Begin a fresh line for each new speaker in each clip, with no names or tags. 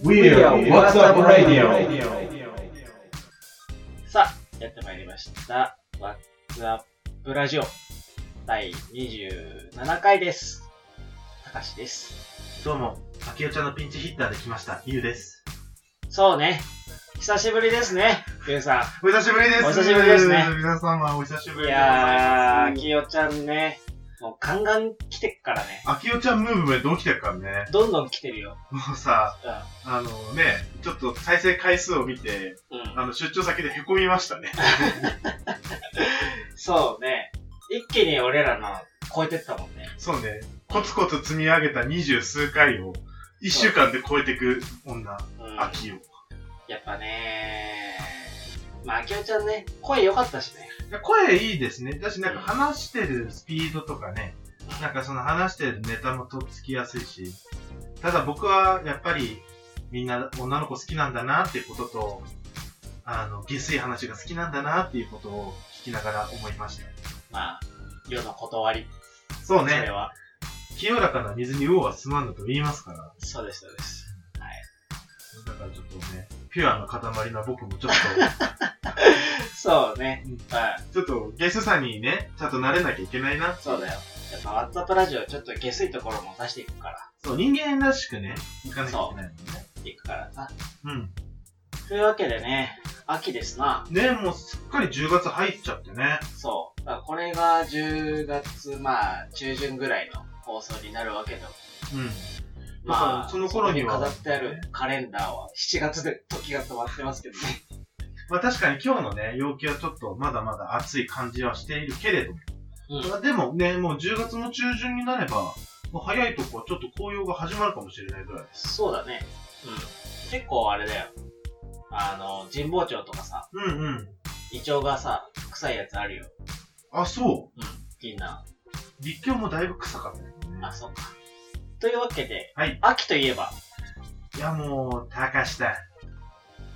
We are What's Up Radio
さあ、やってまいりました。What's Up ラジオ第27回です。たかしです。
どうも、あきおちゃんのピンチヒッターで来ました、ゆうです。
そうね。久しぶりですね、ゆうさ
お久しぶりです。
お久しぶりですね
皆様、お久しぶ
ん。い
りでござ
や
い
ー、
ます。
きよちゃんね、もうガンガン来てっからね。
あきおちゃんムーブメント起きてるからね。
どんどん来てるよ。
もうさ、
う
あのね、ちょっと再生回数を見て、
ん。うん。
あの、出張先で凹みましたね。
そうね。一気に俺らの超えてったもんね。
そうね、コツコツ積み上げた二十数回を、一週間で超えてく女、
うん。
あきお。い
やっぱねまあ、あきおちゃんね、声良かったしね。
や声いいですね。だし、なんか話してるスピードとかね、なんかその話してるネタもとっつきやすいし、ただ僕はやっぱりみんな女の子好きなんだなっていうことと、あの、下水話が好きなんだなっていうことを聞きながら思いました。
まあ、世の断り。
そう
それ
ね、
は。
清らかな水に魚はすまんだと言いますから、
そうです、そうです。はい。
だからちょっとね、ピュアの塊な僕もちょっ
そうね。
う ん
うん。
と、ちょっとゲスさにね、ちゃんと慣れなきゃいけないなってい
そうだよ。やっぱ、ワッツアップラジオ、ちょっと下水ところも出していくから。
そう、人間らしくね、いかなきゃいけないもんね。
いくからさ。
うん。
というわけでね、秋ですな。
ね、もうすっかり10月入っちゃってね。
そう。だからこれが10月、まあ、中旬ぐらいの放送になるわけで。
うん。
まあ、
その頃には
そこ飾ってあるカレンダーは7月で時が止まってますけどね。
まあ確かに今日のね、陽気はちょっとまだまだ暑い感じはしているけれども、
うん
まあでもね、もう10月の中旬になれば、もう早いとこはちょっと紅葉が始まるかもしれないぐらい。
そうだね。うん。結構あれだよ。あの、神保町とかさ、
うんうん。
イチョウがさ、臭いやつあるよ。
あ、そ
うん。みんな。
う。立教もだいぶ臭かったけどね。
あ、そうか。というわけで、
はい
秋といえば、
いやもう、高橋だ。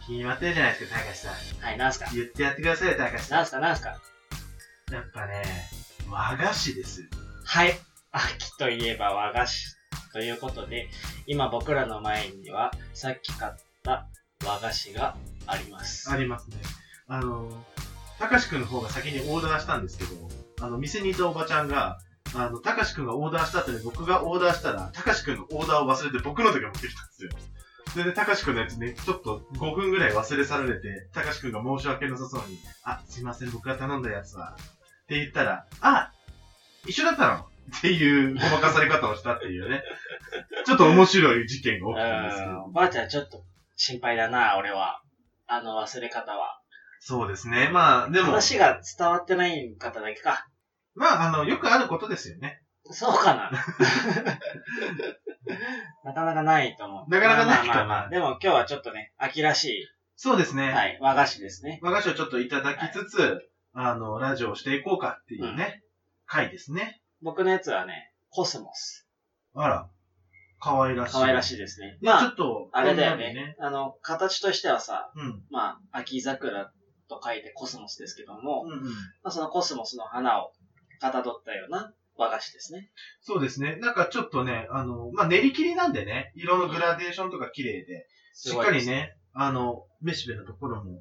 気に決まってるじゃないですか、高橋さん。
はい、なんすか
言ってやってくださいよ、高橋さ
なんすかなんすか
ん。やっぱね、和菓子です。
はい。秋といえば和菓子。ということで、今僕らの前には、さっき買った和菓子があります。
ありますね。あの、たかしくんの方が先にオーダーしたんですけど、あの、店にいたおばちゃんが、あの、たかしくんがオーダーした後に僕がオーダーしたら、たかしくんのオーダーを忘れて僕の時持ってきたんですよ。それで、たかしくんのやつね、ちょっと5分ぐらい忘れ去られて、たかしくんが申し訳なさそうに、あ、すいません、僕が頼んだやつは。って言ったら、あ、一緒だったのっていうごまかされ方をしたっていうね。ちょっと面白い事件が起きたんですけ
う
ど
ん。。ばあちゃんちょっと心配だな、俺は。あの忘れ方は。
そうですね。まあ、でも。
話が伝わってない方だけか。
まあ、あの、よくあることですよね。
そうかな。 なかなかないと思う。
なかなかないか
ま
な
あまあまあでも今日はちょっとね、秋らし
そうです
い、
ね。
はい、和菓子ですね。
和菓子をちょっといただきつつ、あの、ラジオをしていこうかっていうね、回ですね。
僕のやつはね、コスモス。
あら、可愛らしい。
可愛ら
い。
しいですね。
ま
ま
あ、ちょ
あ、
っと、
あれだよ
こんな
ね
の
あの、形としてはさ、
うん。
まあ、秋桜と書いてコスモスですけども、
うんうん。
まあ、そのコスモスの花をかたどったような和菓子ですね。
そうですね。なんかちょっとね、あの、まあ、練り切りなんでね、色のグラデーションとか綺麗で、しっかりね、あの、めしべのところも、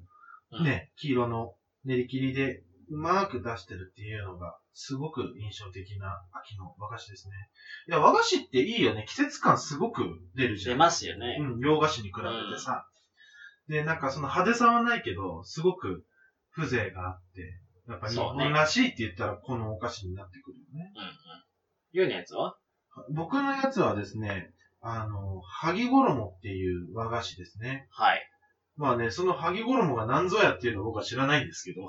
うん
ね、黄色の練り切りで、うまく出してるっていうのが、すごく印象的な秋の和菓子ですね。いや、和菓子っていいよね。季節感すごく出るじゃん。
出ますよね。
うん、洋菓子に比べてさ。で、なんかその派手さはないけど、すごく風情があって、やっぱ日
そうね
本らしいって言ったらこのお菓子になってくるよね。
うんうん。ゆうのやつは
僕のやつはですね、あの、萩衣っていう和菓子ですね。
はい。
まあね、その萩衣が何ぞやっていうのを僕は知らないんですけど、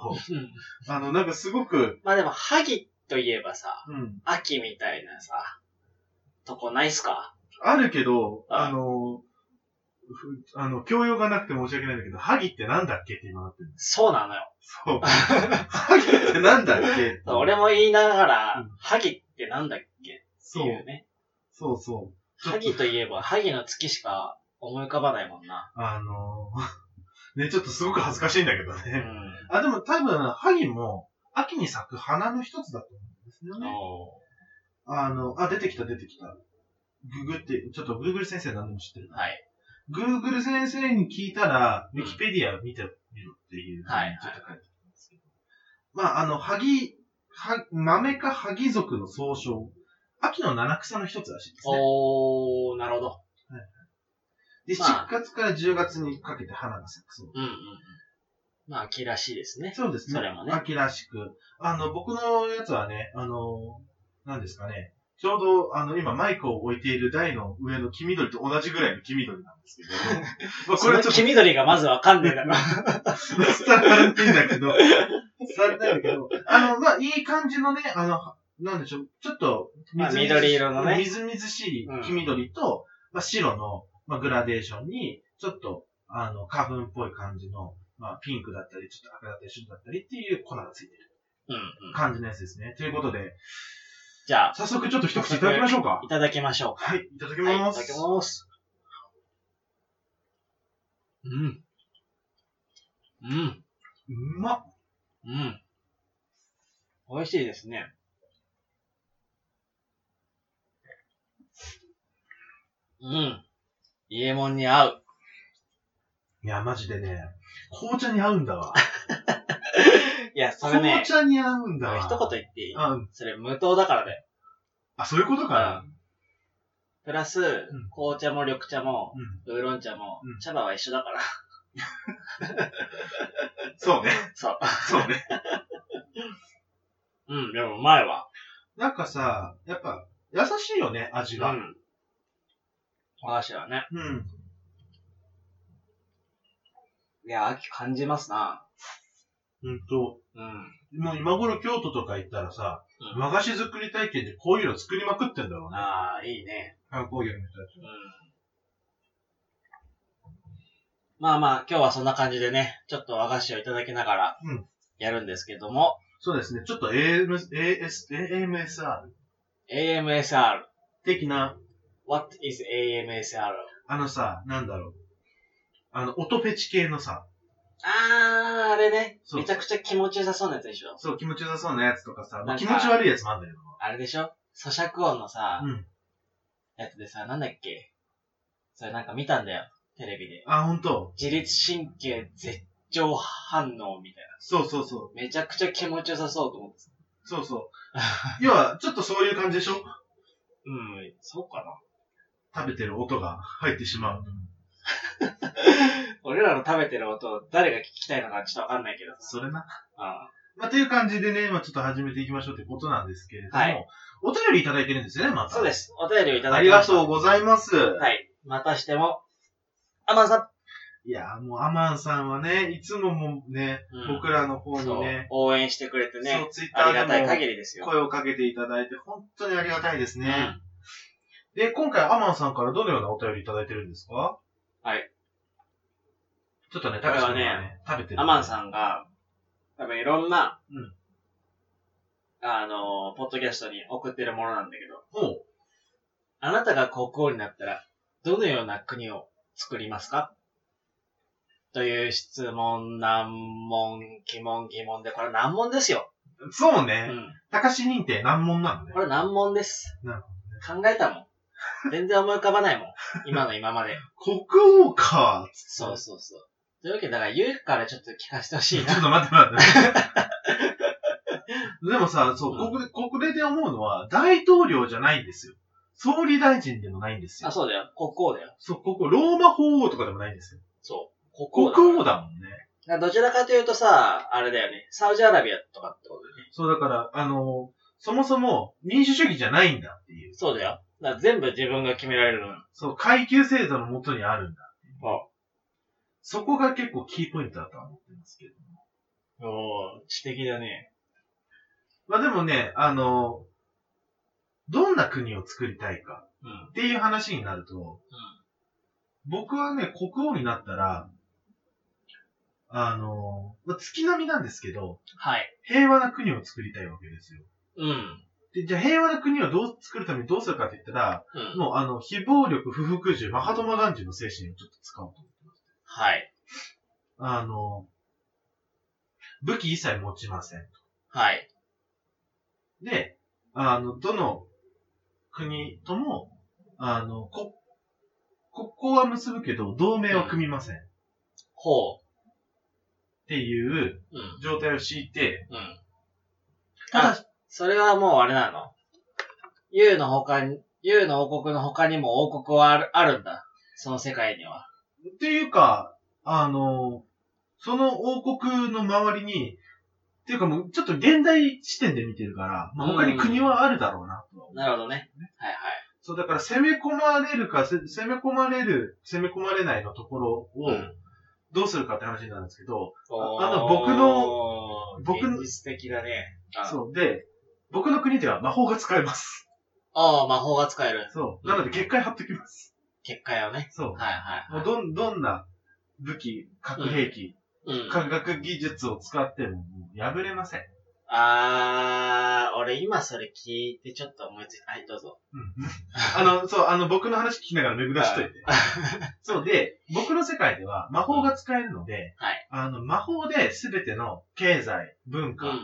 あの、なんかすごく、
まあでも、萩といえばさ、
うん、
秋みたいなさ、とこないっすか
あるけど、
あ
あの、ふあの、教養がなくて申し訳ないんだけど、萩ってなんだっけって今なってる。
そうなのよ。
そう。萩ってなんだっけ
俺も言いながら
う、
萩ってなんだっけって
そう
い。うね。
そうそう。
萩といえば、萩の月しか思い浮かばないもんな。
あの ーね、ちょっとすごく恥ずかしいんだけど
う
ね。
ん。
あ、でも多分、萩も、秋に咲く花の一つだと思うんですよね。
お
あの、あ、出てきた出てきた。ググって、ちょっとグーグル先生何でも知ってる
ーはい。
Google 先生に聞いたら、
うん
Wikipedia 見てみろっていう。
はい
ちょっと書いてあるんですけど。まあ、あの、ハギ、は、豆かハギ族の総称。秋の七草の一つらしいですね。
おー、なるほど。
で、
まあ
7月から10月にかけて花が咲くそう。
うんうんうん。まあ、秋らしいですね。
そうですね。
それもね
秋らしく。あの、僕のやつはね、あの、何ですかね。ちょうど、あの、今、マイクを置いている台の上の黄緑と同じぐらいの黄緑なんですけど。 まあ、こ
こ
れは
れ
ちょっと
黄緑がまずわかんねえ だろ。
伝わらないんだけど、伝わらないんだけど、あの、まあ、いい感じのね、あの、なんでしょう、ちょっと
まあ
みずみずしい
緑色のね
みずみずしい
うん
黄緑と、まあ、白の、まあ、グラデーションに、ちょっと、あの、花粉っぽい感じの、まあ、ピンクだったり、ちょっと赤だったり、白だったりっていう粉がついてる
うんうん。
感じのやつですね。ということで、
じゃあ、
早速ちょっと一口いただきましょうか。
いただきましょ
はい、いただき
う。はい、いた
ま
だ
す。
きます。うん。うん。
うまっ。
うん。美味しいですね。うん。家もんに合う。
いや、マジでね、紅茶に合うんだわ。
いや、それ
紅
ね、
茶に合うんだわ。
一言言っていい
うん。
それ無糖だからだよ。
あ、そういうことかな。
プラス、
ん
紅茶も緑茶も、
うん
ウーロン茶も
うん、
茶葉は一緒だから。
そうね。
そう。
そうね。
うん、でもうまいわ。
なんかさ、やっぱ、優しいよね、味
う
が。
ん。和菓子はね。
うん。
いや、秋感じますな。
うんと、
うん。
もう今頃京都とか行ったらさ、
うん
和菓子作り体験でこういうの作りまくってんだろうな。
ああ、いいね。
観光業の人たち
うん。まあまあ、今日はそんな感じでね、ちょっと和菓子をいただきながら
うん、
やるんですけども、
そうですね。ちょっと AM AS AMSR
AMSR。
的な、
What is AMSR?
あのさ、なんだろう。あの、音フェチ系のさ、
あー、あれね。
そう
めちゃくちゃ気持ちよさそうなやつでしょ。
そう気持ちよさそうなやつとかさ、
なんか
気持ち悪いやつもあんだけど。
あれでしょ咀嚼音のさ、
うん
やつでさ、なんだっけそれなんか見たんだよ。テレビで。
あ、ほんと。
自律神経絶頂反応みたい
そうそうそう。
な。めちゃくちゃ気持ちよさそうと思ってた。
そう そう。要は、ちょっとそういう感じでしょ
うん、そうかな。
食べてる音が入ってしまう。
俺らの食べてる音、誰が聞きたいのかちょっとわかんないけどさ。
それな。
あ
まあ、という感じでね、まあ、ちょっと始めていきましょうってことなんですけれども、
はい
お便りいただいてるんですよね、ま
あ
た。
そうです。お便りをいただ
あ
き
り
ま
が
した。
とうございます。
はい。またしても、アマンさ
い、やー、もうアマンさんはね、いつももうね、
ん。
僕らの方
うん
にね、
そう応援してくれて
そ
ね
う、、ツイッタ
ありがたい
ー
限
で
りです
も
よ。
声をかけていただいて、本当にありがたいです
う
ね。
ん。
で、今回アマンさんからどのようなお便りいただいてるんですか
はい。
ちょっとね、
これはね
高橋君がね、食べてる。
アマン
ん。
さんが、多分いろんな、
うん
あの、ポッドキャストに送ってるものなんだけど、
ほう。
あなたが国王になったら、どのような国を作りますかという質問、難問、疑問、疑問で、これ難問ですよ。
そう
う
ね。
ん。
高橋認定難問なのね
こ。れ難問です。
なる
考えたもん。全然思い浮かばないもん。今の今ま で。
国王か。
そうそうそう。というわけで、だから、ゆうからちょっと聞かせてほしい
ちょっ
な。
と待って待 って。でもさ、そう、
うん
国国連で思うのは、大統領じゃないんですよ。総理大臣でもないんですよ
あ、。そうだよ。国王だよ。
そう、ここ、ローマ法王とかでもないんですよ。
そう。国王だ。
国王だもんね。
だからどちらかというとさ、あれだよね。サウジアラビアとかってことだよね。
そう、だから、あの、そもそも民主主義じゃないんだっていう。
そうだよ。だから全部自分が決められるの。
そう、階級制度のもとにあるんだっていう
あ
そこが結構キーポイントだとは思ってますけど。
おー、知的だね。
まあでもね、あの、どんな国を作りたいか
うん。
っていう話になると、僕はね、国王になったら、あの、まあ月並みなんですけど、
はい。
平和な国を作りたいわけですよ。
うん。うん。
で、じゃあ平和な国をどう作るためにどうするかって言ったら、もうあの、非暴力、不服従、マハトマガンジーの精神をちょっと使おうと。
はい。
あの、武器一切持ちません。
はい。
で、あの、どの国とも、あの、国国交は結ぶけど、同盟は組みません。っ
ほ
ていう
う。うん。
状態を敷いて、
うん。
ただし、
それはもうあれなの。U の他に、U の王国の他にも王国はあるあるんだ。その世界には。
っていうか、あの、その王国の周りに、っていうかもうちょっと現代視点で見てるから、まあ、他に国はあるだろうなとは思う
なるほどね。はい
そう、だから攻め込まれるか、せ攻め込まれる、攻め込まれないのところを
はい。
どうするかって話になるんですけど、
おー
あの僕の僕の
現実的だね。あ
そう。で、僕の国では魔法が使えます。
ああ、魔法が使える。
そう。なので、結界貼っときます。
結果よね。
そう。
はいはい、
も
は
う
い。
どん、どんな武器、核兵器、
うん。
科学技術を使っても、もう破れません。
あー、俺今それ聞いてちょっと思いついた。はい、どうぞ。
あの、そう、あの、僕の話聞きながら巡らしといて。そうで、僕の世界では魔法が使えるので、
はい
あの、魔法で全ての経済、文
う
化、
ん。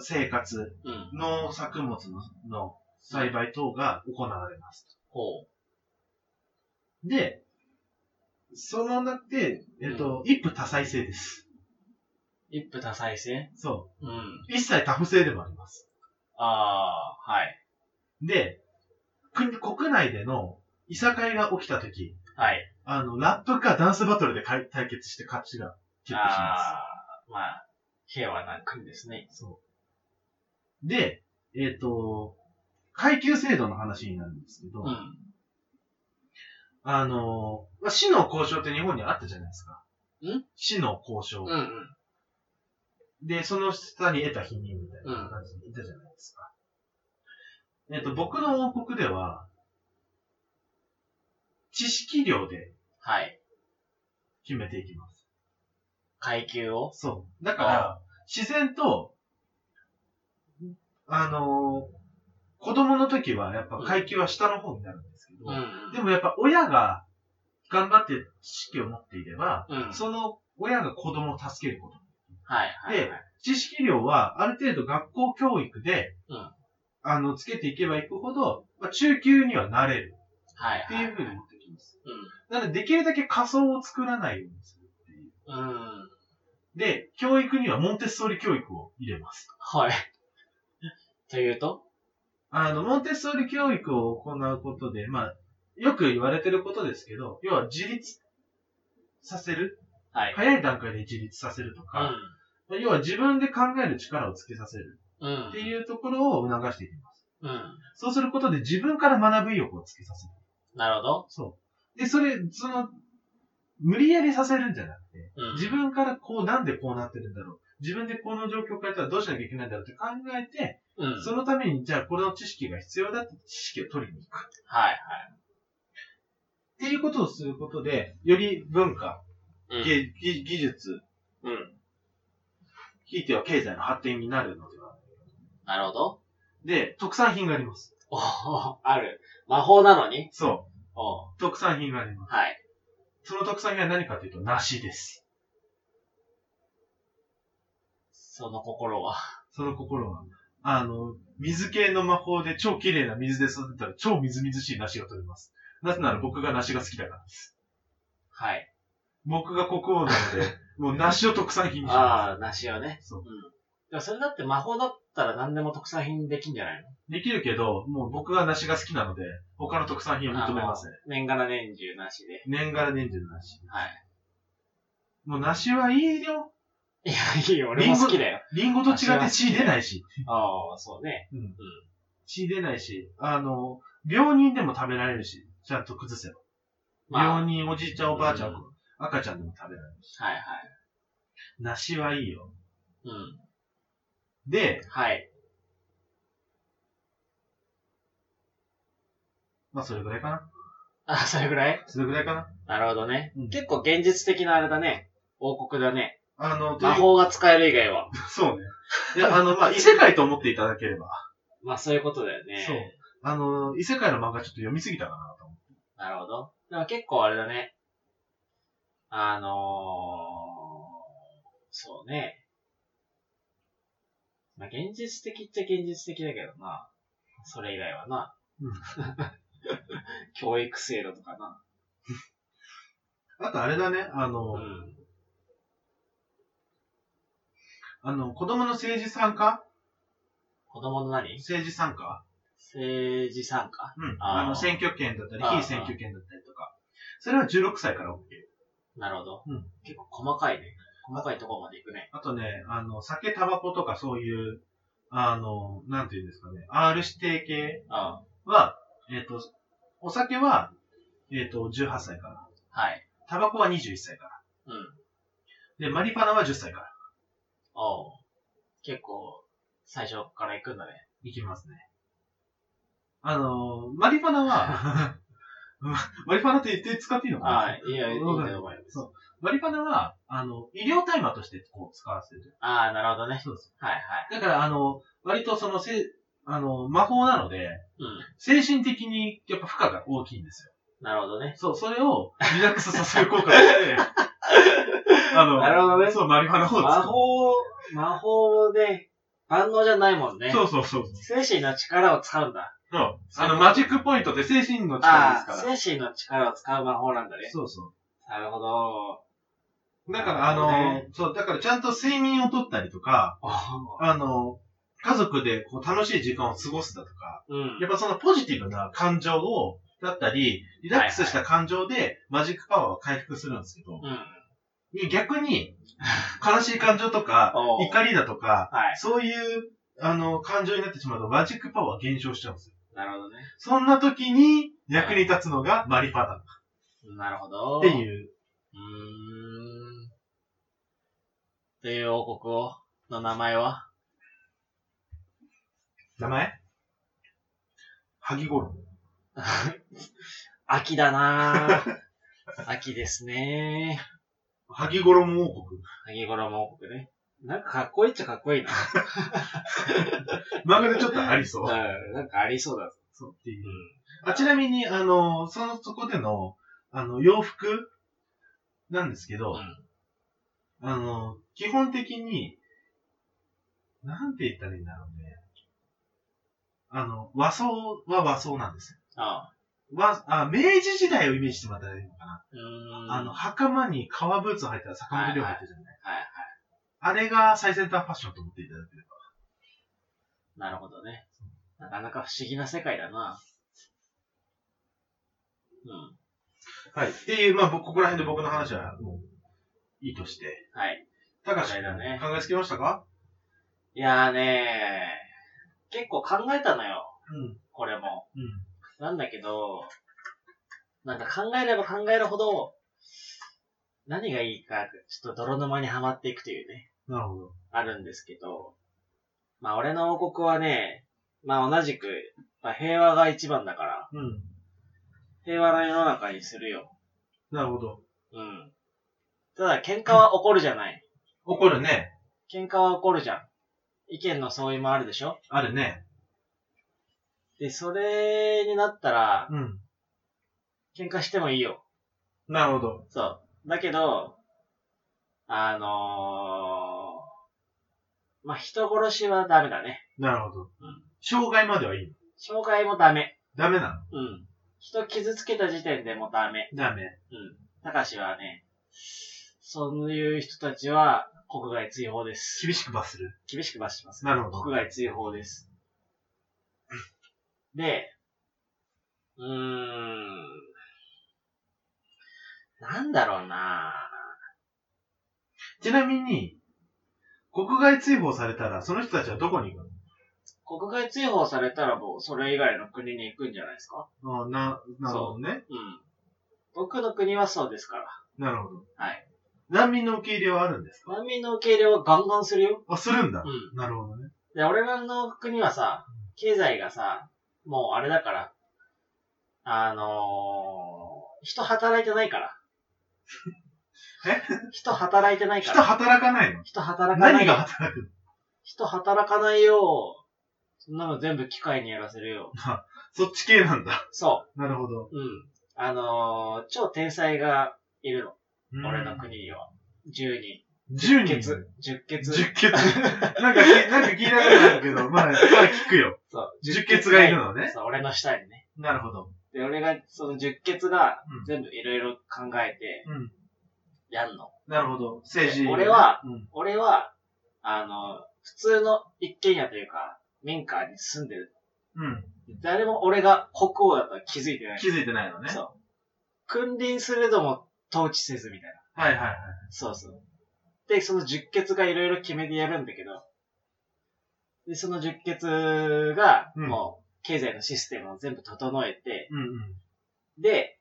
生活、
うん。
農作物のの栽培等が行われます。
ほう。
で、その中で、えっと、一夫多妻制です。
一夫多妻制
そ
うん。
う。一切多夫制でもあります。
あー、はい。
で、国国内でのいさかいが起きたとき、
はい。
あの、ラップかダンスバトルでかい対決して勝ちが決定しま
あー、まあ、平和な国ですね。
す。そう。で、えっ、と、階級制度の話になるんですけど、
うん。
あの、まあ、死の交渉って日本にあったじゃないですか。
ん
死の交渉。
うんうん。
で、その下に得た否認みたいな感じにいたじゃないですか。えっと、僕の王国では、知識量で
はい。
決めていきます。
階級を
そう。だから、自然と、あのー子供の時はやっぱ階級は下の方になるんですけど、
ん
でもやっぱ親が頑張って知識を持っていれば、
うん。
その親が子供を助けること。
はいはいはい。
知識量はある程度学校教育で、
うん
あの、つけていけばいくほど、まあ、中級にはなれる
はい
って
はい。
いうふうに持ってきます。なので、できるだけ仮想を作らないようにするっていう。
うん。うん。
で、教育にはモンテッソーリ教育を入れます。
はい。 というと
あの、モンテッソーリ教育を行うことで、まあ、よく言われてることですけど、要は自立させる。
はい。
早い段階で自立させるとか、まあ要は自分で考える力をつけさせる
うん。うん。
っていうところを促していきます。
うん。
そうすることで自分から学ぶ意欲をつけさせる。
なるほど。
そう。で、それ、その、無理やりさせるんじゃなくて、
うん。
自分からこう、なんでこうなってるんだろう。自分でこの状況を変えたらどうしなきゃいけないんだろうって考えて、
うん。
そのために、じゃあこれの知識が必要だって知識を取りに行く。
はい
っていうことをすることで、より文化、
はい。うん。
技技技術、
うん。
ひいては経済の発展になるのでは。
なるほど。
で、特産品があります。
おお、ある。魔法なのに
そ
おう
う。特産品があります。
はい。
その特産品は何かというと、梨です。
その心は。
その心は、あの、水系の魔法で超綺麗な水で育てたら超みずみずしい梨が取れます。なぜなら僕が梨が好きだからです。
はい。
僕が国王なの で、もう梨を特産品にしま
ああ、梨をね。
す。そう
うん。でもそれだって魔法だったら何でも特産品できんじゃないの
できるけど、もう僕が梨が好きなので、他の特産品は認めません。
年がら年中梨で。
年がら年中の梨。
はい。
もう梨はいいよ。
いや、いいよ。俺も好きだよ。
リンゴと違って血出ないし。
ああ、そうね。
うん。血出ないし、あの、病人でも食べられるし、ちゃんと崩せば。
まあ、
病人、おじいちゃん、おばあちゃん、
うん
赤ちゃんでも食べられるし。
はいはい。
梨はいいよ。
うん。
で、
はい。
まあそれぐらいかな。
あ、それぐらい
それぐらいかな。
なるほどね。
うん
結構現実的なあれだね。王国だね。
あの、とい
魔
う
法が使える以外は。
そうね。いや、あの、まあ異世界と思っていただければ。
まあそういうことだよね。
そう。あの、異世界の漫画ちょっと読みすぎたかなと思って。
なるほど。だから結構あれだね。あのー、そうね。まあ、現実的っちゃ現実的だけどな。 それ以外はな。
うん
教育制度とかな。
あとあれだね、あの、
うん。
あの、子供の政治参加
子供の何
政治参加
政治参加
うん。
あー
あの、選挙権だったり、
あー
非選挙権だったりとか。それは16歳から OK。
なるほど。
うん
結構細かいね。細かいところまで行くね。
あとね、あの、酒、タバコとかそういう、あの、なんていうんですかね、R 指定系
うん。
は、えっ、と、お酒は、えっ、と、18歳から。
はい。
タバコは21歳から。
うん。
で、マリファナは10歳から。
おう結構、最初から行くんだね。
いきますね。あの、マリファ ナは、うんマリファナって言って使っていいのかな
はい。いや、いいと
うん
思います
そ。うマリファナは、あの、医療大麻としてこう使わせてる。
ああ、なるほどね。
そうです。
はいはい。
だから、あの、割とそのせ、あの、魔法なので、
うん。
精神的にやっぱ負荷が大きいんです
なるほどね
よ。。そう、それをリラックスさせる効果 として、あの、
なるほどね
そう、マリファナの方
魔
です
法、魔法で、万能じゃないもんね。
そうそうそう。
精神の力を使うんだ。
そうあの、マジックポイントって精神の力で
あ
すか
あ
ら。
ー、精神の力を使う魔法なんだね。
そうそ
なるほど。
う。だから、あ
なるほど
の、そう、だからちゃんと睡眠をとったりとか、
おー
あの、家族でこう楽しい時間を過ごすだとか、
うん
や。っぱそのポジティブな感情を、だったり、リラックスした感情でマジックパワーを回復するんですけど、
うん。
逆に、悲しい感情とか
お、う
怒りだとか、
はい。
そういう、あの、感情になってしまうとマジックパワー減少しちゃうんですよ。
なるほどね。
そんな時に役に立つのがマリファナ
なるほど。
って
う。
いう。
うーん。っていう王国を、の名前 は
名前ハギゴロ。
秋だなぁ。秋ですね
ハギゴロム王国。
ぁ。秋衣王国ね。なんかかっこいいっちゃかっこいいな。
漫画でちょっとありそうう。
ん。なんかありそうだ。。
そうっていううんあちなみに、あの、その、そこでの、あの、洋服なんですけど、
うん
あの、基本的に、なんて言ったらいいんだろうね。あの、和装は和装なんです
ああ。
よ。和、あ、明治時代をイメージしてもらったらいいのかな。
うーん。
あの、袴に革ブーツを履いたら坂本龍馬入ってるじゃない。
はいはい。
あれが最先端ファッションと思っていただければ。
なるほどね。なかなか不思議な世界だな。うん。
はい。っていう、まあ、僕ここら辺で僕の話はもう、いいとして。
はい。
たかし、
あれだね
考えつきましたか
いやーねー、結構考えたのよ、
うん。
これも。
うん。
なんだけど、なんか考えれば考えるほど、何がいいか、ちょっと泥沼にはまっていくというね、
なるほど。
あるんですけど、まあ俺の王国はね、まあ同じく、まあ平和が一番だから、
うん。
平和な世の中にするよ。
なるほど。
うん。ただ喧嘩は起こるじゃない。
怒るね。
喧嘩は起こるじゃん。意見の相違もあるでしょ
あるね。
で、それになったら、
うん。
喧嘩してもいいよ。
なるほど。
そう。だけど、あのー、まあ、人殺しはダメだね。
なるほど。
うん
障害まではいいの
障害もダメ。
ダメな
うん。人傷つけた時点でもうダメ。
のダメ。
うん。たかしはね、そういう人たちは国外追放です。
厳しく罰する。
厳しく罰します。
なるほど。
国外追放です。で、うーん、なんだろうな
ちなみに、国外追放されたら、その人たちはどこに行く
国外追放されたらもうそれ以外の国に行くんじゃないですか
のあな、なるほどね。
うん。僕の国はそうですから。
なるほど。
はい。
難民の受け入れはあるんですか
難民の受け入れはガンガンするよ。
あ、するんだ
う。ん。
なるほどね。
で、俺らの国はさ、経済がさ、もうあれだから、あのー、人働いてないから。
え
人働いてないか
人
ら。
働かないの
人働かな
何
い。
が働くの
人働かないよ。そんなの全部機械にやらせるよ。
そっち系なんだ。
そ
なるほど。
う。うん。あのー、超天才がいるの。
うん
俺の国には。10人。
10
10
人。
血。10血。
10血。 なんか聞い、なんか聞いたことあるけど、まあ、まあ聞くよ。
そう。
10血がいる
の。
のね。
そう、俺の下にね。
なるほど。
で、俺が、その十決が
うん
全部いろいろ考えて
うん。
やんの。
なるほど。政治。
俺は、
うん。
俺は、あの、普通の一軒家というか、民家に住んでる。
うん。
誰も俺が国王だとは気づいてない。
気づいてないのね。
そう。君臨すれども統治せずみたいな。
はいはいはい。
そうそう。で、その十決がいろいろ決めてやるんだけど、で、その十決が、
うん
もう、経済のシステムを全部整えて、
うんうん。
で、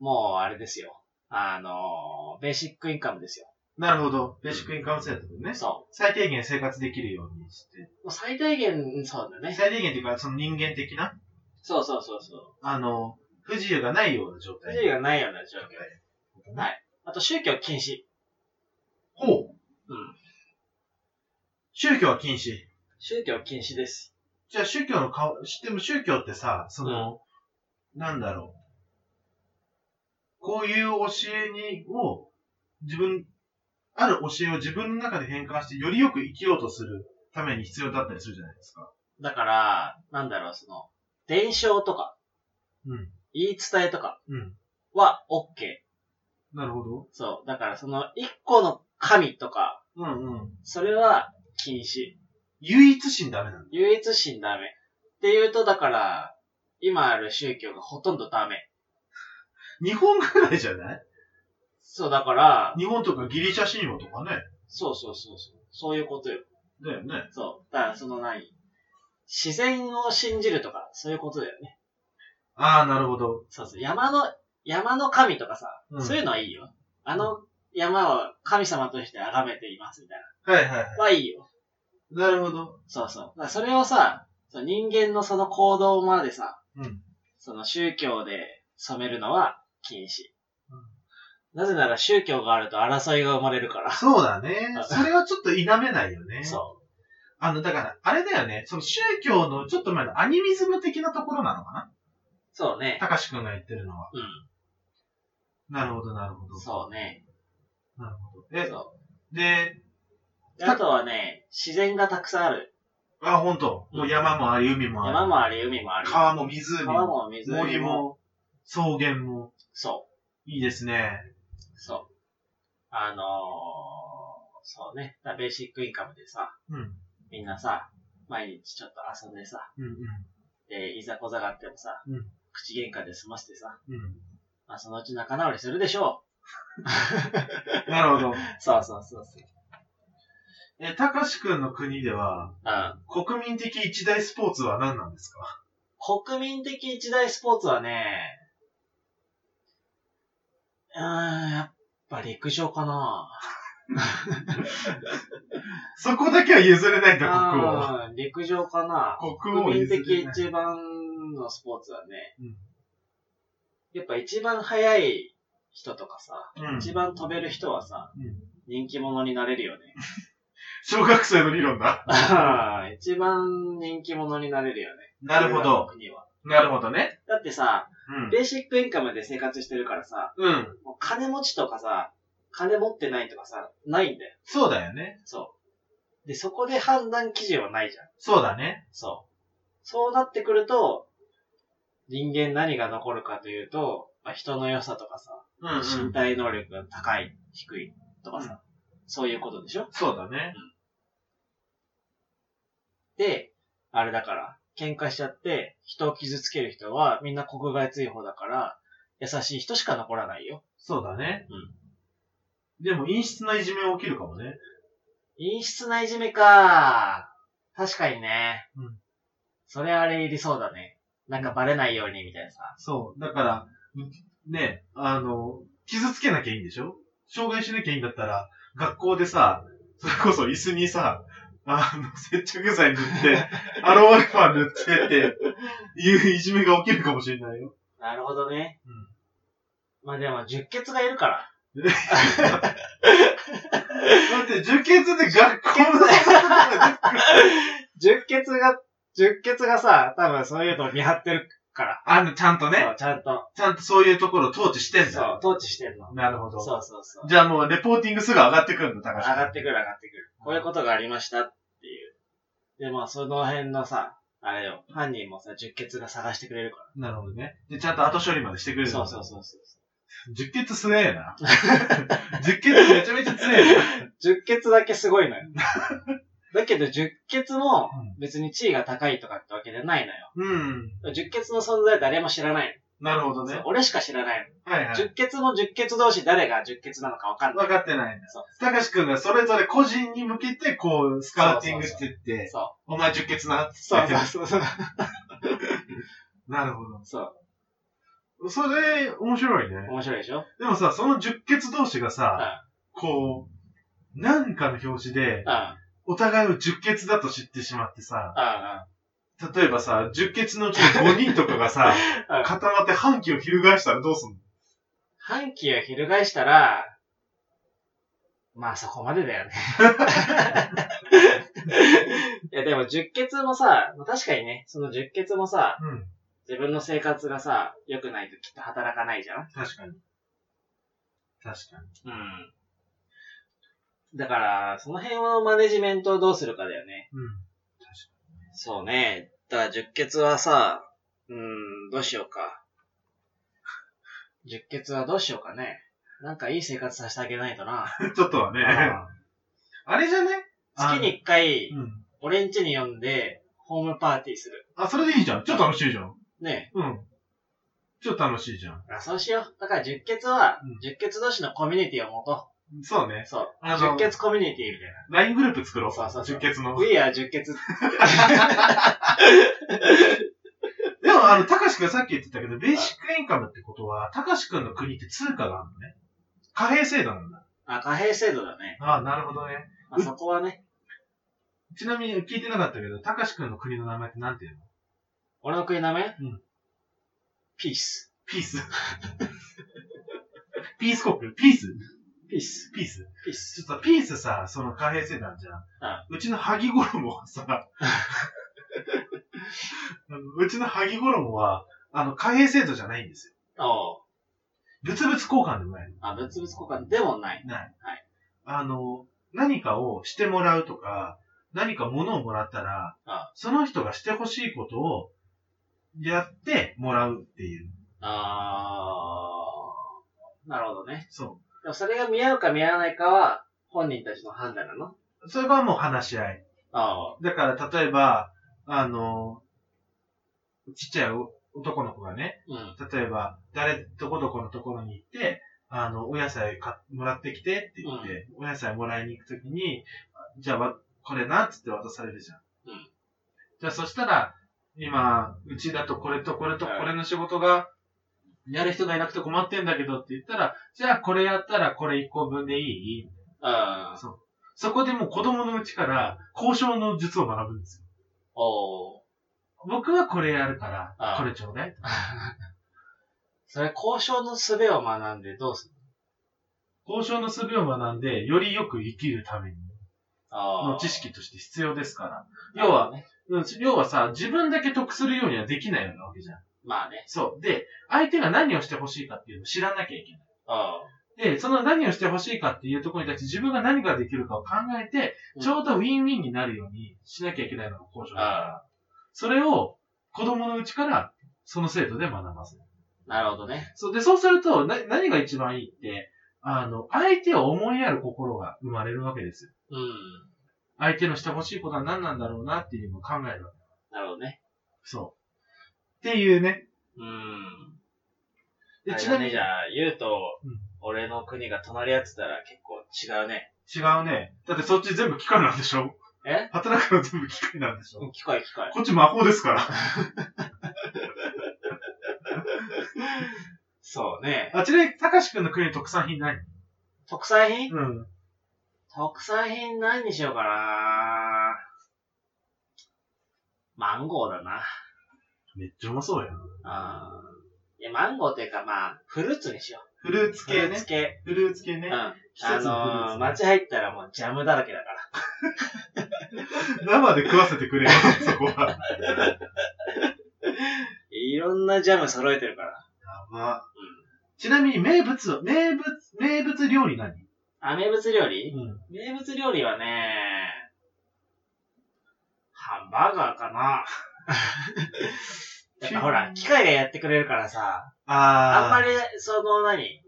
もう、あれですよ。あの、ベーシックインカムですよ。
なるほど。ベーシックインカム制度でね。
そ
最低限生活できるようにして。
う。もう最大限、そうだね。
最低限っていうか、その人間的な、
そうそうそうそう。
あの、不自由がないような状
不
態。
自由がないような状況。はい。あと、宗教禁止。
ほう。
うん。
宗教は禁止。
宗教禁止です。
じゃあ宗教の顔、でも宗教ってさ、その、なんだろう。こういう教えに、を、自分、ある教えを自分の中で変換して、よりよく生きようとするために必要だったりするじゃないですか。
だから、なんだろう、その、伝承とか、
うん。
言い伝えとか
うん。
は OK。
なるほど。
そう。だから、その、一個の神とか、
うんうん。
それは禁止。
唯一心ダメなんだ。
唯一心ダメ。っていうと、だから、今ある宗教がほとんどダメ。
日本ぐらいじゃない
そう、だから、
日本とかギリシャ神話とかね。
そうそうそうそう。そういうことよ。
だよね。
そう。だから、その何自然を信じるとか、そういうことだよね。
ああ、なるほど。
そうそう、山の、山の神とかさ、
うん
そういうのはいいよ。あの山を神様として崇めていますみたい
はいはいはい。
な。はいいよ。
なるほど。
そうそう。だからそれをさ、その人間のその行動までさ、
うん。
その宗教で染めるのは禁止。なぜなら宗教があると争いが生まれるから。
そうだね。それはちょっと否めないよね。
そ
あの、だから、あれだよね、その宗教のちょっと前のアニミズム的なところなのかな
う。そうね。
たかしくんが言ってるのは。
う
なるほど、なるほど。
ん。そうね。
なるほど。え、
そ
で、
う。であとはね、自然がたくさんある。
あ、ほんと。もう山もあり、海もあり。
山もあり、海もあり。
川も湖
川
も、
も水も。
森も、草原も。
そう。
いいですね。
そう。あのー、そうね。だからベーシックインカムでさ、
うん。うん
みんなさ、毎日ちょっと遊んでさ、
うん。
で、いざこざがあってもさ、
うん
口喧嘩で済ませてさ、
うん。
まあそのうち仲直りするでしょ
なるほど。
う。そうそうそうそう。
え、たかしくんの国では、
うん。
国民的一大スポーツは何なんですか
国民的一大スポーツはね、うーん、やっぱ陸上かな
そこだけは譲れないんだ、国王は。
うん陸上かな
国王
国
は
民
譲
的
れない。
一番のスポーツはね、
うん
やっぱ一番速い人とかさ、
うん
一番飛べる人はさ、
うん
人気者になれるよね。
小学生の理論だ。
一番人気者になれるよね。
なるほど。
国は。
なるほどね。
だってさ、
うん。
ベーシックインカムで生活してるからさ、
うん。
もう金持ちとかさ、金持ってないとかさ、ないんだよ。
そうだよね。
そう。で、そこで判断基準はないじゃん。
そうだね。
そう。そうなってくると、人間何が残るかというと、まあ、人の良さとかさ、
うん、
身体能力が高い、低いとかさ、そういうことでしょ
そうだね。
で、あれだから、喧嘩しちゃって、人を傷つける人はみんな国外追放だから、優しい人しか残らないよ。
そうだね。
うん
でも、陰湿ないじめは起きるかもね。
陰湿ないじめか確かにね。
うん
それあれいりそうだね。なんかバレないようにみたいなさ。
そう。だから、んね、あの、傷つけなきゃいいんでしょ障害しなきゃいいんだったら、学校でさ、それこそ椅子にさ、あの、接着剤 塗って、アロンアルファ塗ってって、いういじめが起きるかもしれないよ。
なるほどね。
うん
まあでも、十血がいるから。
だって、受験で学校の先生とかで
十血が、十血がさ、多分そういうのを見張ってるから。
あの、ちゃんとね
そ、うちゃんと。
ちゃんとそういうところを統治してんだ
そう、
よ。
統治してんの。
なるほど。
そうそうそう。
じゃあもうレポーティングすぐ上がってくるんだ、高
上
橋君。
がってくる上がってくる。こういうことがありましたっていう。で、まあその辺のさ、あれよ、犯人もさ、十血が探してくれるか
なるほどね。で、ちゃんと後処理までしてくれ
ら。
る
そうそう
う。
そうそう。
十血すねえ な。十血めちゃめちゃ強えな。
十血だけすごいのよ。 だけど十血も
う
別に地位が高いとかってわけじゃないのよ。
うん。
十血の存在誰も知らない
なるほど
の。そう
ね。
俺しか知らない
はいは
の。
い。
十血も十血同士誰が十血なのかわかんない。
分かってないんだ
そう。
たかしくんがそれぞれ個人に向けて、こう、スカウティングしてって、
そ
お前十血なっ
う。
つ
そう
って。
そうそう。
なるほど。
そう。
それ、面白いね。
面白いでしょ
でもさ、その十血同士がさ、こう、なんかの表紙で
う、ん。うん
お互いを十血だと知ってしまってさ、
う
例えばさ、十血のうち5人とかが さ、
ん。うん。
固まって反旗を翻したらどうすんの
反旗を翻したら、まあそこまで だよね。いやでも十血もさ、まあ確かにね、その十血もさ、
うん。
自分の生活がさ、良くないときっと働かないじゃん
確かに。確かに。
うん。だから、その辺はマネジメントをどうするかだよね。
うん。
そうね。だから、十血はさ、うん、どうしようか。十血はどうしようかね。なんかいい生活させてあげないとな。
ちょっとはね。
あ
あれじゃね
あ月。に一回
あ、のうん。
俺ん家に呼んで、ホームパーティーする。
あ、それでいいじゃん。ちょっと楽しいじゃん。
ね
うん。ちょっと楽しいじゃん。
え。あそうしよう。だから、十血は
うん、
十血同士のコミュニティを持と
そう
う。
ね。
そう。
あ
十
の
血コミュニティみたいな。
LINE グループ作ろう。
そうそうそう
十血の。
We are 十 血。
でも、あの、たかしくんさっき言ってたけど、ベーシックインカムってことは、たかしくんの国って通貨があるのね。貨幣制度なんだ。
あ、貨幣制度だね。
ああ、なるほどね。
まあ、そこはね、
ちなみに聞いてなかったけど、たかしくんの国の名前ってなんていうの
俺の国の名前
うん
ピース。
ピース。 ピース国ピース
ピース。
ピース
ピー
ち
ス。
ょっとピースさ、その貨幣制度あるじゃん。うちの萩衣はさ、 あのうちの萩衣は、あの、貨幣制度じゃないんですよ。
おう
物々交換でもないの。
あ、物々交換でもない。
ない。
はい。
あの、何かをしてもらうとか、何か物をもらったら、
あ
その人がしてほしいことをやってもらうっていう。
あー。なるほどね。
そ
でもそれが見合うか見合わないかは、本人たちの判断なの
う。それがもう話し合い。
あ
だから、例えば、あの、ちっちゃい男の子がね、
ー。うん。
例えば、誰、どこどこのところに行って、あの、お野菜かもらってきてって言って、お野菜もらいに行くときに、じゃあわ、これなっつって渡されるじゃん。
うん
じゃあ、そしたら、今、うちだとこれとこれとこ
はい
れの仕事が、やる人がいなくて困ってんだけどって言ったら、じゃあこれやったらこれ1個分でいい
あー。
そう。そこでもう子供のうちから交渉の術を学ぶんですよ
おー。
僕はこれやるから、
ああ
これちょうだい。
それ、交渉の術を学んでどうする
交渉の術を学んで、よりよく生きるために、
あ
の
ー
知。識として必要ですから。要は、
ね。
うん要はさ、自分だけ得するようにはできないようなわけじゃん。
まあね。
そう。で、相手が何をしてほしいかっていうのを知らなきゃいけ
あ
ない。で、その何をしてほしいかっていうところに対して自分が何ができるかを考えて、
うん
ちょうどウィンウィンになるようにしなきゃいけないのが交渉だから、それを子供のうちからその制度で学ばせる。
ー。なるほどね。
そう、で、そうすると、な、何が一番いいって、あの、相手を思いやる心が生まれるわけですよ。
うん。
相手のしてほしいことは何なんだろうなっていうのを考えるわけ。
なるほどね。
そう。っていうね。
うん。
で、ち
ち
な
なみ
みに、
にじゃあ、言うと、
うん
俺の国が隣り合ってたら結構違うね。
違うね。だってそっち全部機械なんでしょ
え
働くの全部機械なんでしょ
機械機械。
こっち魔法ですから。
そうね。
あ、ちなみに、たかしくんの国の特産品何
特産品
うん。
特産品何にしようかなマンゴーだな。
めっちゃうまそうやん。
あーいや、マンゴーっていうかまあ、フルーツにしよう。
フルーツ
フ
系
ルーツ
ね。
系。
フルーツ系
う
ね
ん。。あ
季節のフルーツ
のー、
ね
街入ったらもうジャムだらけだから。
生で食わせてくれよ、そこは。
いろんなジャム揃えてるから。
まあ、ちなみに、名物は、名物、名物料理何
あ、名物料理
うん。
名物料理はね、ハンバーガーかな。やっぱほら、機械がやってくれるからさ、あんま
あ
り、その何、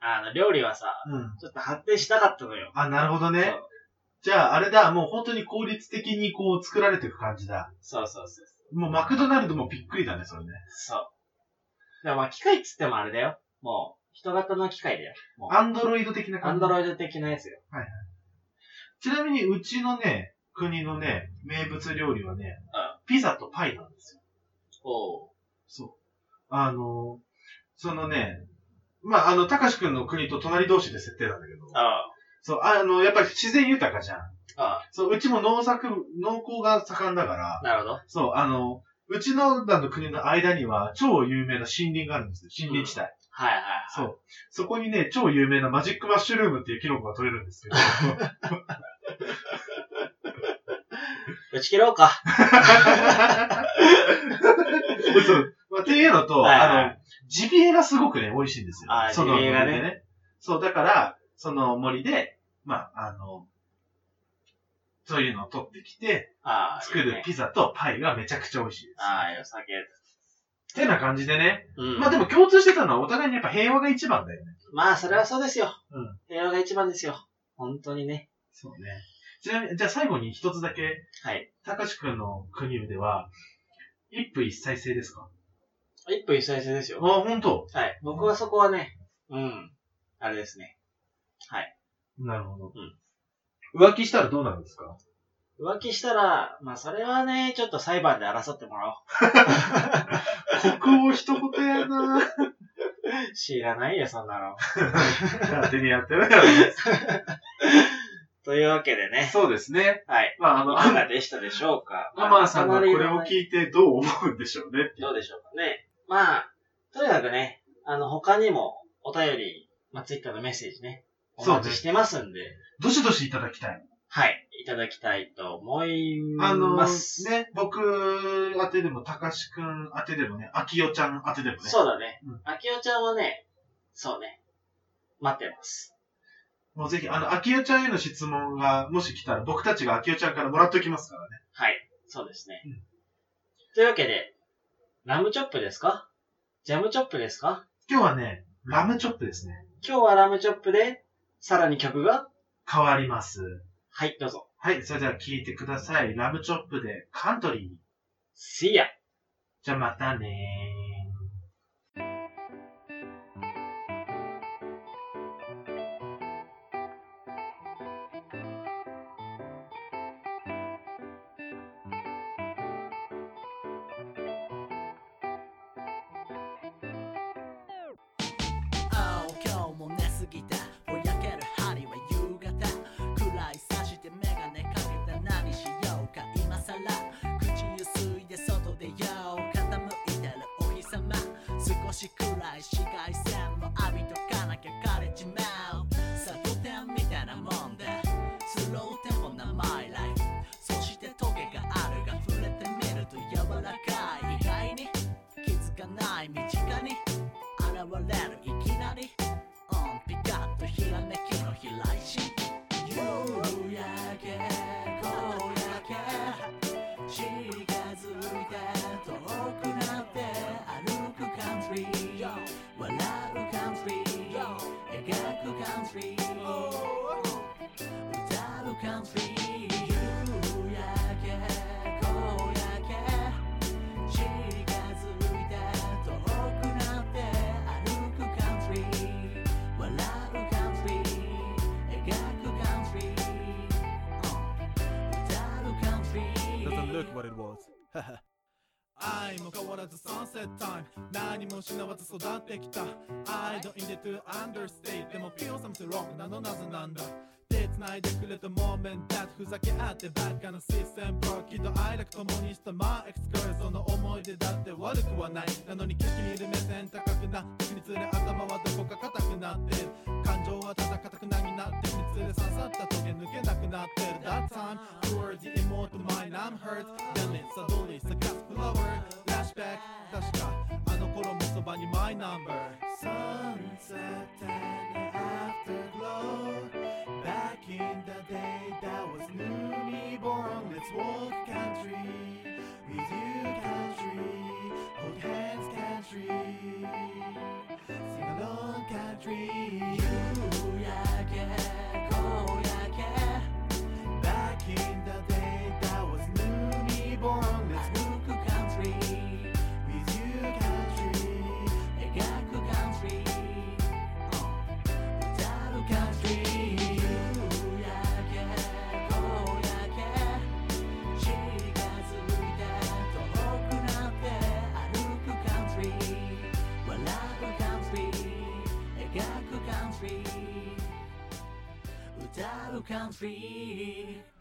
あの、料理はさ、
ー。うん。
ちょっと発展しなかったのよ。
あ、なるほどね
そう。
じゃあ、あれだ、もう本当に効率的にこう作られていく感じだ。
そうそうそうそう。
もうマクドナルドもびっくりだね、それね。
そう。でもまあ、機械っつってもあれだよ。もう、人型の機械だよ。
アンドロイド的な
ア
感
ン
じ
ド。ロイド的なやつよ。
ちなみに、うちのね、国のね、名物料理はね、ピザとパイなんですよ。
おう。
そう。あの、そのね、まあ、あの、たかしくんの国と隣同士で設定なんだけど、
あ
そう、あの、やっぱり自然豊かじゃん。
あ。
そう、うちも農作、農耕が盛んだから
あ、なるほど。
そう、あの、うちのあの国の間には超有名な森林があるんですよ。森林地帯。
はいはい
そ
はい。
う。そこにね、超有名なマジックマッシュルームっていうキノコが取れるんですけど。
打ち切ろうか。
そう。まあ、っていうのと、
はいはい
あの、ジビエがすごくね、美味しいんですよ。
あー
その
ジビエがね
森でそう、だから、その森で、まあ、あの、そういうのを取ってきて、
ああ。
作る
ピ
ピザとパイがめちゃくちゃ美味しいです。
ああ、よさげ。
ってな感じでね。
うん。
まあでも共通してたのはお互いにやっぱ平和が一番だよね。
まあ、それはそうですよ。
うん
平和が一番ですよ。本当にね。
そうね。ちなみに、じゃあ最後に一つだけ、
はい。
たかしくんの国では、一夫一妻制ですか
一夫一妻制です
あ、
よ。は
ほんと
い。僕はそこはね、うん。あれですね。
なるほど。
うん
浮気したらどうなるんですか
浮気したら、まあ、それはね、ちょっと裁判で争ってもらお
国王一言やな
う。知らないよ、そんなの。
勝手にやってる
というわけでね。
そうですね。
はい。
まあ、あ
い
の、
か
ア
がでしたでしょうか
マーさんがこれを
い
聞いてどう思うんでしょうね。
どうでしょうかね。まあ、とにかくね、あの、他にもお便り、まあ、ツイッターのメッセージね、お待ちしてますんで、
どしどしいただきたい。
はい、いただきたいと思い
あの、
ます。
ね、僕当てでも、たかしくん当てでもね、あきよちゃん当てでもね。
そうだね
うん。
あきおちゃんはね、そうね、待ってます。
もうぜひ、あの、あきよちゃんへの質問が、もし来たら、僕たちがあきよちゃんからもらっときますからね。
はい、そうですね。
うん
というわけで、ラムチョップですかジャムチョップですか
今日はね、ラムチョップですね。
今日はラムチョップで、さらに曲が
変わります。
はい、どうぞ。
はい、それでは聞いてください。ラムチョップでカントリー。
See ya!
じゃあまたねー。
ああ今日も寝すぎたぼやける針は夕方暗いさして眼鏡かけた何しようか今さら口ゆすいで外でよう傾いてるお日様少し暗い紫外線も浴びとかなきゃ枯れちまうサボテンみたいなもんでスローテンポなマイライフそしてトゲがあるが触れてみると柔らかい意外に気づかない身近に現れるいきなりオンピカッとひらめきの飛来し夕焼けこやけ近づいて遠くなって歩くカントリー笑うカントリー描くカントリー歌うカントリー夕焼けこやけ「近づいて遠くなって歩くカントリー」「笑うカントリー」「描くカントリー」「歌うカントリー」
Doesn't look what it was. 愛も変わらずサンセットタイム何も失わず育ってきた I don't need to understand でも feel something wrong なのなぜなんだ手繋いでくれた moment that ふざけ合ってばっかのシステムブロきっと愛楽共にしたマーエクスクルその思い出だって悪くはないなのに景色見る目線高くなってにつれ頭はどこか硬くなってる感情はただ硬くなになってにつれ刺さった時計抜けなくなってる That time toward the immortal mind I'm hurt Damn it suddenly 探す flower Flashback 確かあの頃もそばに my number Sunset and afterglow Back in the day that was newly born Let's walk country with you country country